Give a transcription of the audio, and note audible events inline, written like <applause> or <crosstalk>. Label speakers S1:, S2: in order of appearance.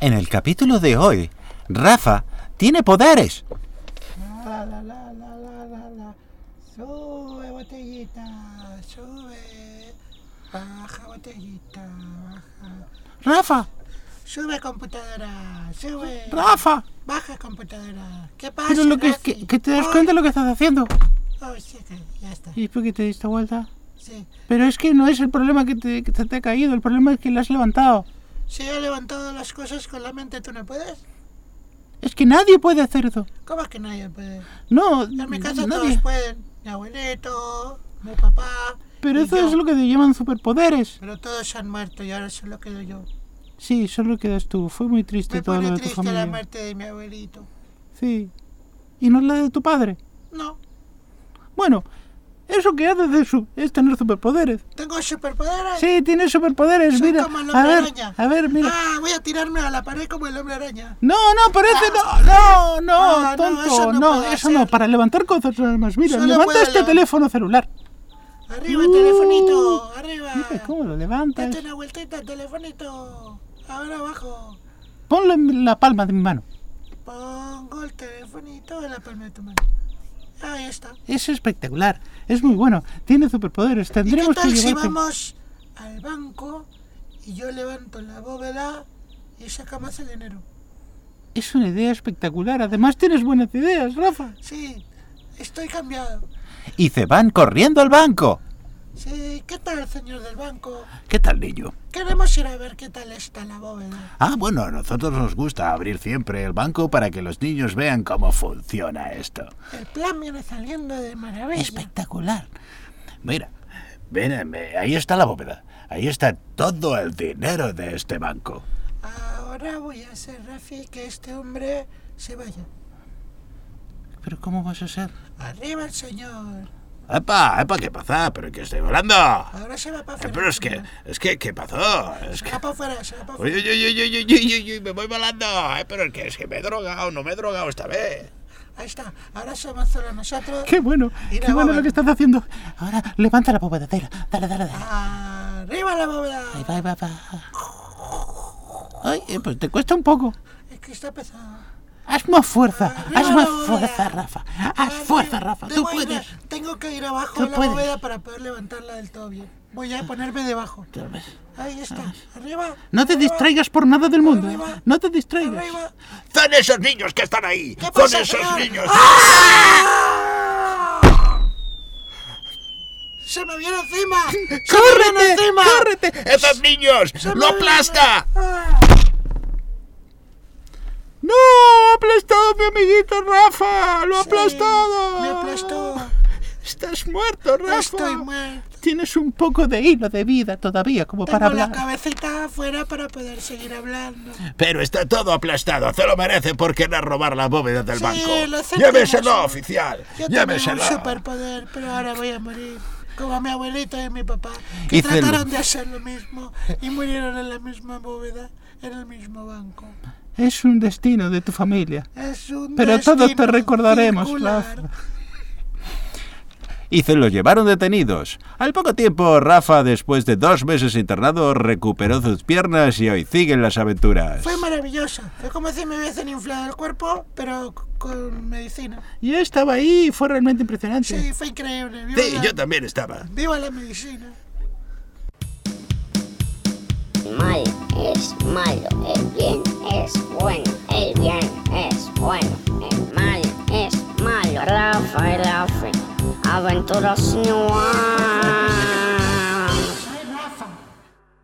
S1: En el capítulo de hoy, Rafa tiene poderes.
S2: La, la, la, la, la, la, la. Sube botellita, sube. Baja botellita, baja.
S1: Rafa,
S2: Sube computadora, sube.
S1: Rafa.
S2: Baja computadora. ¿Qué pasa?
S1: Pero lo que es
S2: Rafi?
S1: que, que te das
S2: Ay,
S1: cuenta de lo que estás haciendo.
S2: ay, sí, que ya está.
S1: ¿Y por qué te diste vuelta?
S2: Sí.
S1: Pero es que no es el problema que te, que te, te ha caído, el problema es que lo has levantado.
S2: Si yo he levantado las cosas con la mente, ¿tú no puedes?
S1: Es que nadie puede hacer eso.
S2: ¿Cómo es que nadie puede?
S1: No,
S2: En mi casa
S1: nadie.
S2: todos pues. pueden. Mi abuelito, mi papá.
S1: Pero
S2: y
S1: eso
S2: yo.
S1: es lo que te llaman superpoderes.
S2: Pero todos se han muerto y ahora solo quedo yo.
S1: Sí, solo quedas tú. Fue muy triste
S2: Me
S1: todo lo
S2: pone
S1: de tu
S2: triste la
S1: familia.
S2: muerte de mi abuelito.
S1: Sí. ¿Y no la de tu padre?
S2: No,
S1: Bueno, eso que haces de su- es tener superpoderes.
S2: tengo superpoderes.
S1: Sí, tienes superpoderes,
S2: Soy
S1: mira.
S2: como el
S1: A
S2: hombre
S1: ver,
S2: araña.
S1: a ver, mira.
S2: Ah, voy a tirarme a la pared como el hombre araña.
S1: No, no, pero ese no, no, no,
S2: Ah, no,
S1: tonto,
S2: eso no
S1: no,
S2: puedo
S1: eso no,
S2: hacerlo.
S1: para levantar cosas nada más. Mira,
S2: Solo
S1: levanta
S2: puedo
S1: este
S2: levantar-
S1: teléfono celular.
S2: Arriba,
S1: Uh,
S2: telefonito, arriba.
S1: Mira cómo lo levantas.
S2: Date una vueltita, telefonito. Ahora abajo.
S1: Ponlo en la palma de mi mano.
S2: Pongo el telefonito en la palma de tu mano. Ahí está.
S1: Es espectacular, es muy bueno, tiene superpoderes.
S2: ¿Y qué
S1: Tendremos que
S2: tal si
S1: llevarte.
S2: vamos al banco y yo levanto la bóveda y sacamos el dinero?
S1: Es una idea espectacular, además tienes buenas ideas, Rafa.
S2: Sí, estoy cambiado.
S1: Y se van corriendo al banco.
S2: Sí, ¿qué tal, señor del banco?
S1: ¿Qué tal, niño?
S2: Queremos ir a ver qué tal está la bóveda.
S3: Ah, bueno, a nosotros nos gusta abrir siempre el banco para que los niños vean cómo funciona esto.
S2: El plan viene saliendo de maravilla.
S1: Espectacular.
S3: Mira, ven, eh, ahí está la bóveda. Ahí está todo el dinero de este banco.
S2: Ahora voy a hacer, Rafi, que este hombre se vaya.
S1: Pero ¿cómo vas
S2: <laughs>
S1: a ser?
S2: Arriba el señor.
S3: ¡Epa! ¡Epa! ¿Qué pasa? ¿Pero qué estoy hablando?
S2: Ahora se va para
S3: Eh,
S2: afuera.
S3: Pero es que, es que, ¿qué pasó? Es
S2: Se
S3: que...
S2: va para afuera, se va para
S3: Uy,
S2: afuera.
S3: uy, uy, uy, uy, uy, uy, uy, uy, me voy volando. Eh, pero es que, es que me he drogado, no me he drogado esta vez.
S2: Ahí está. Ahora somos solo nosotros.
S1: Qué bueno,
S2: Mira,
S1: qué bueno
S2: bóveda.
S1: lo que estás haciendo. Ahora levanta la bóveda, dale, dale, dale. dale.
S2: Arriba la bóveda.
S1: Ahí va, ahí va, va. Ay, eh, pues te cuesta un poco.
S2: Es que está pesado.
S1: Haz más fuerza,
S2: Arriba
S1: haz más
S2: la bóveda.
S1: fuerza, Rafa. Haz
S2: Arriba.
S1: fuerza, Rafa. Tú
S2: Debo ir a-
S1: puedes.
S2: tengo que ir abajo
S1: Tú
S2: de la
S1: puedes.
S2: bóveda para poder levantarla del todo bien. Voy a ponerme debajo.
S1: Tú ves.
S2: Ahí está. Arriba.
S1: Ah. No te
S2: arriba,
S1: distraigas por nada del mundo. ¿eh?
S2: Arriba.
S1: No te distraigas.
S2: Arriba.
S3: ¡Son esos niños que están ahí!
S2: ¿Qué
S3: ¡Son
S2: pasa,
S3: esos
S2: señor? Ah,
S3: niños!
S2: Se me viene encima.
S1: <laughs>
S2: Se me viene
S1: ¡Córrete!
S2: encima.
S1: ¡Córrete!
S3: ¡Esos niños!
S2: Se me
S3: ¡Lo
S2: viene-
S3: aplasta!
S2: Ah.
S1: ¡No! ¡Ha aplastado a mi amiguito Rafa! ¡Lo ha
S2: Sí,
S1: aplastado!
S2: Me aplastó.
S1: Estás muerto, Rafa.
S2: Estoy muerto.
S1: Tienes un poco de hilo de vida todavía como para
S2: Tengo la
S1: hablar.
S2: cabecita afuera para poder seguir hablando.
S3: Pero está todo aplastado. Se lo merece por querer robar la bóveda del
S2: Sí, lo
S3: banco.
S2: sé,
S3: Lléveselo,
S2: tengo-
S3: oficial.
S2: Yo tengo un
S3: Lléveselo.
S2: superpoder, pero ahora voy a morir. Como mi abuelito y mi papá, que
S1: Y cel-
S2: trataron de hacer lo mismo y murieron en la misma bóveda, en el mismo banco.
S1: Es un destino de tu familia.
S2: Es un
S1: Pero todos te
S2: destino
S1: recordaremos,
S2: circular.
S1: Rafa.
S3: y se lo llevaron detenidos. Al poco tiempo, Rafa, después de dos meses internado, recuperó sus piernas y hoy siguen las aventuras.
S2: Fue maravilloso. Fue como si me hubiesen inflado el cuerpo, pero c- con medicina.
S1: Yo estaba ahí y fue realmente impresionante.
S2: Sí, fue increíble. Viva,
S3: Sí,
S2: la,
S3: yo también estaba.
S2: viva la medicina.
S4: mal es malo, el bien es bueno, el bien es bueno, el mal es malo. Rafa, Rafa, aventuras sin igual.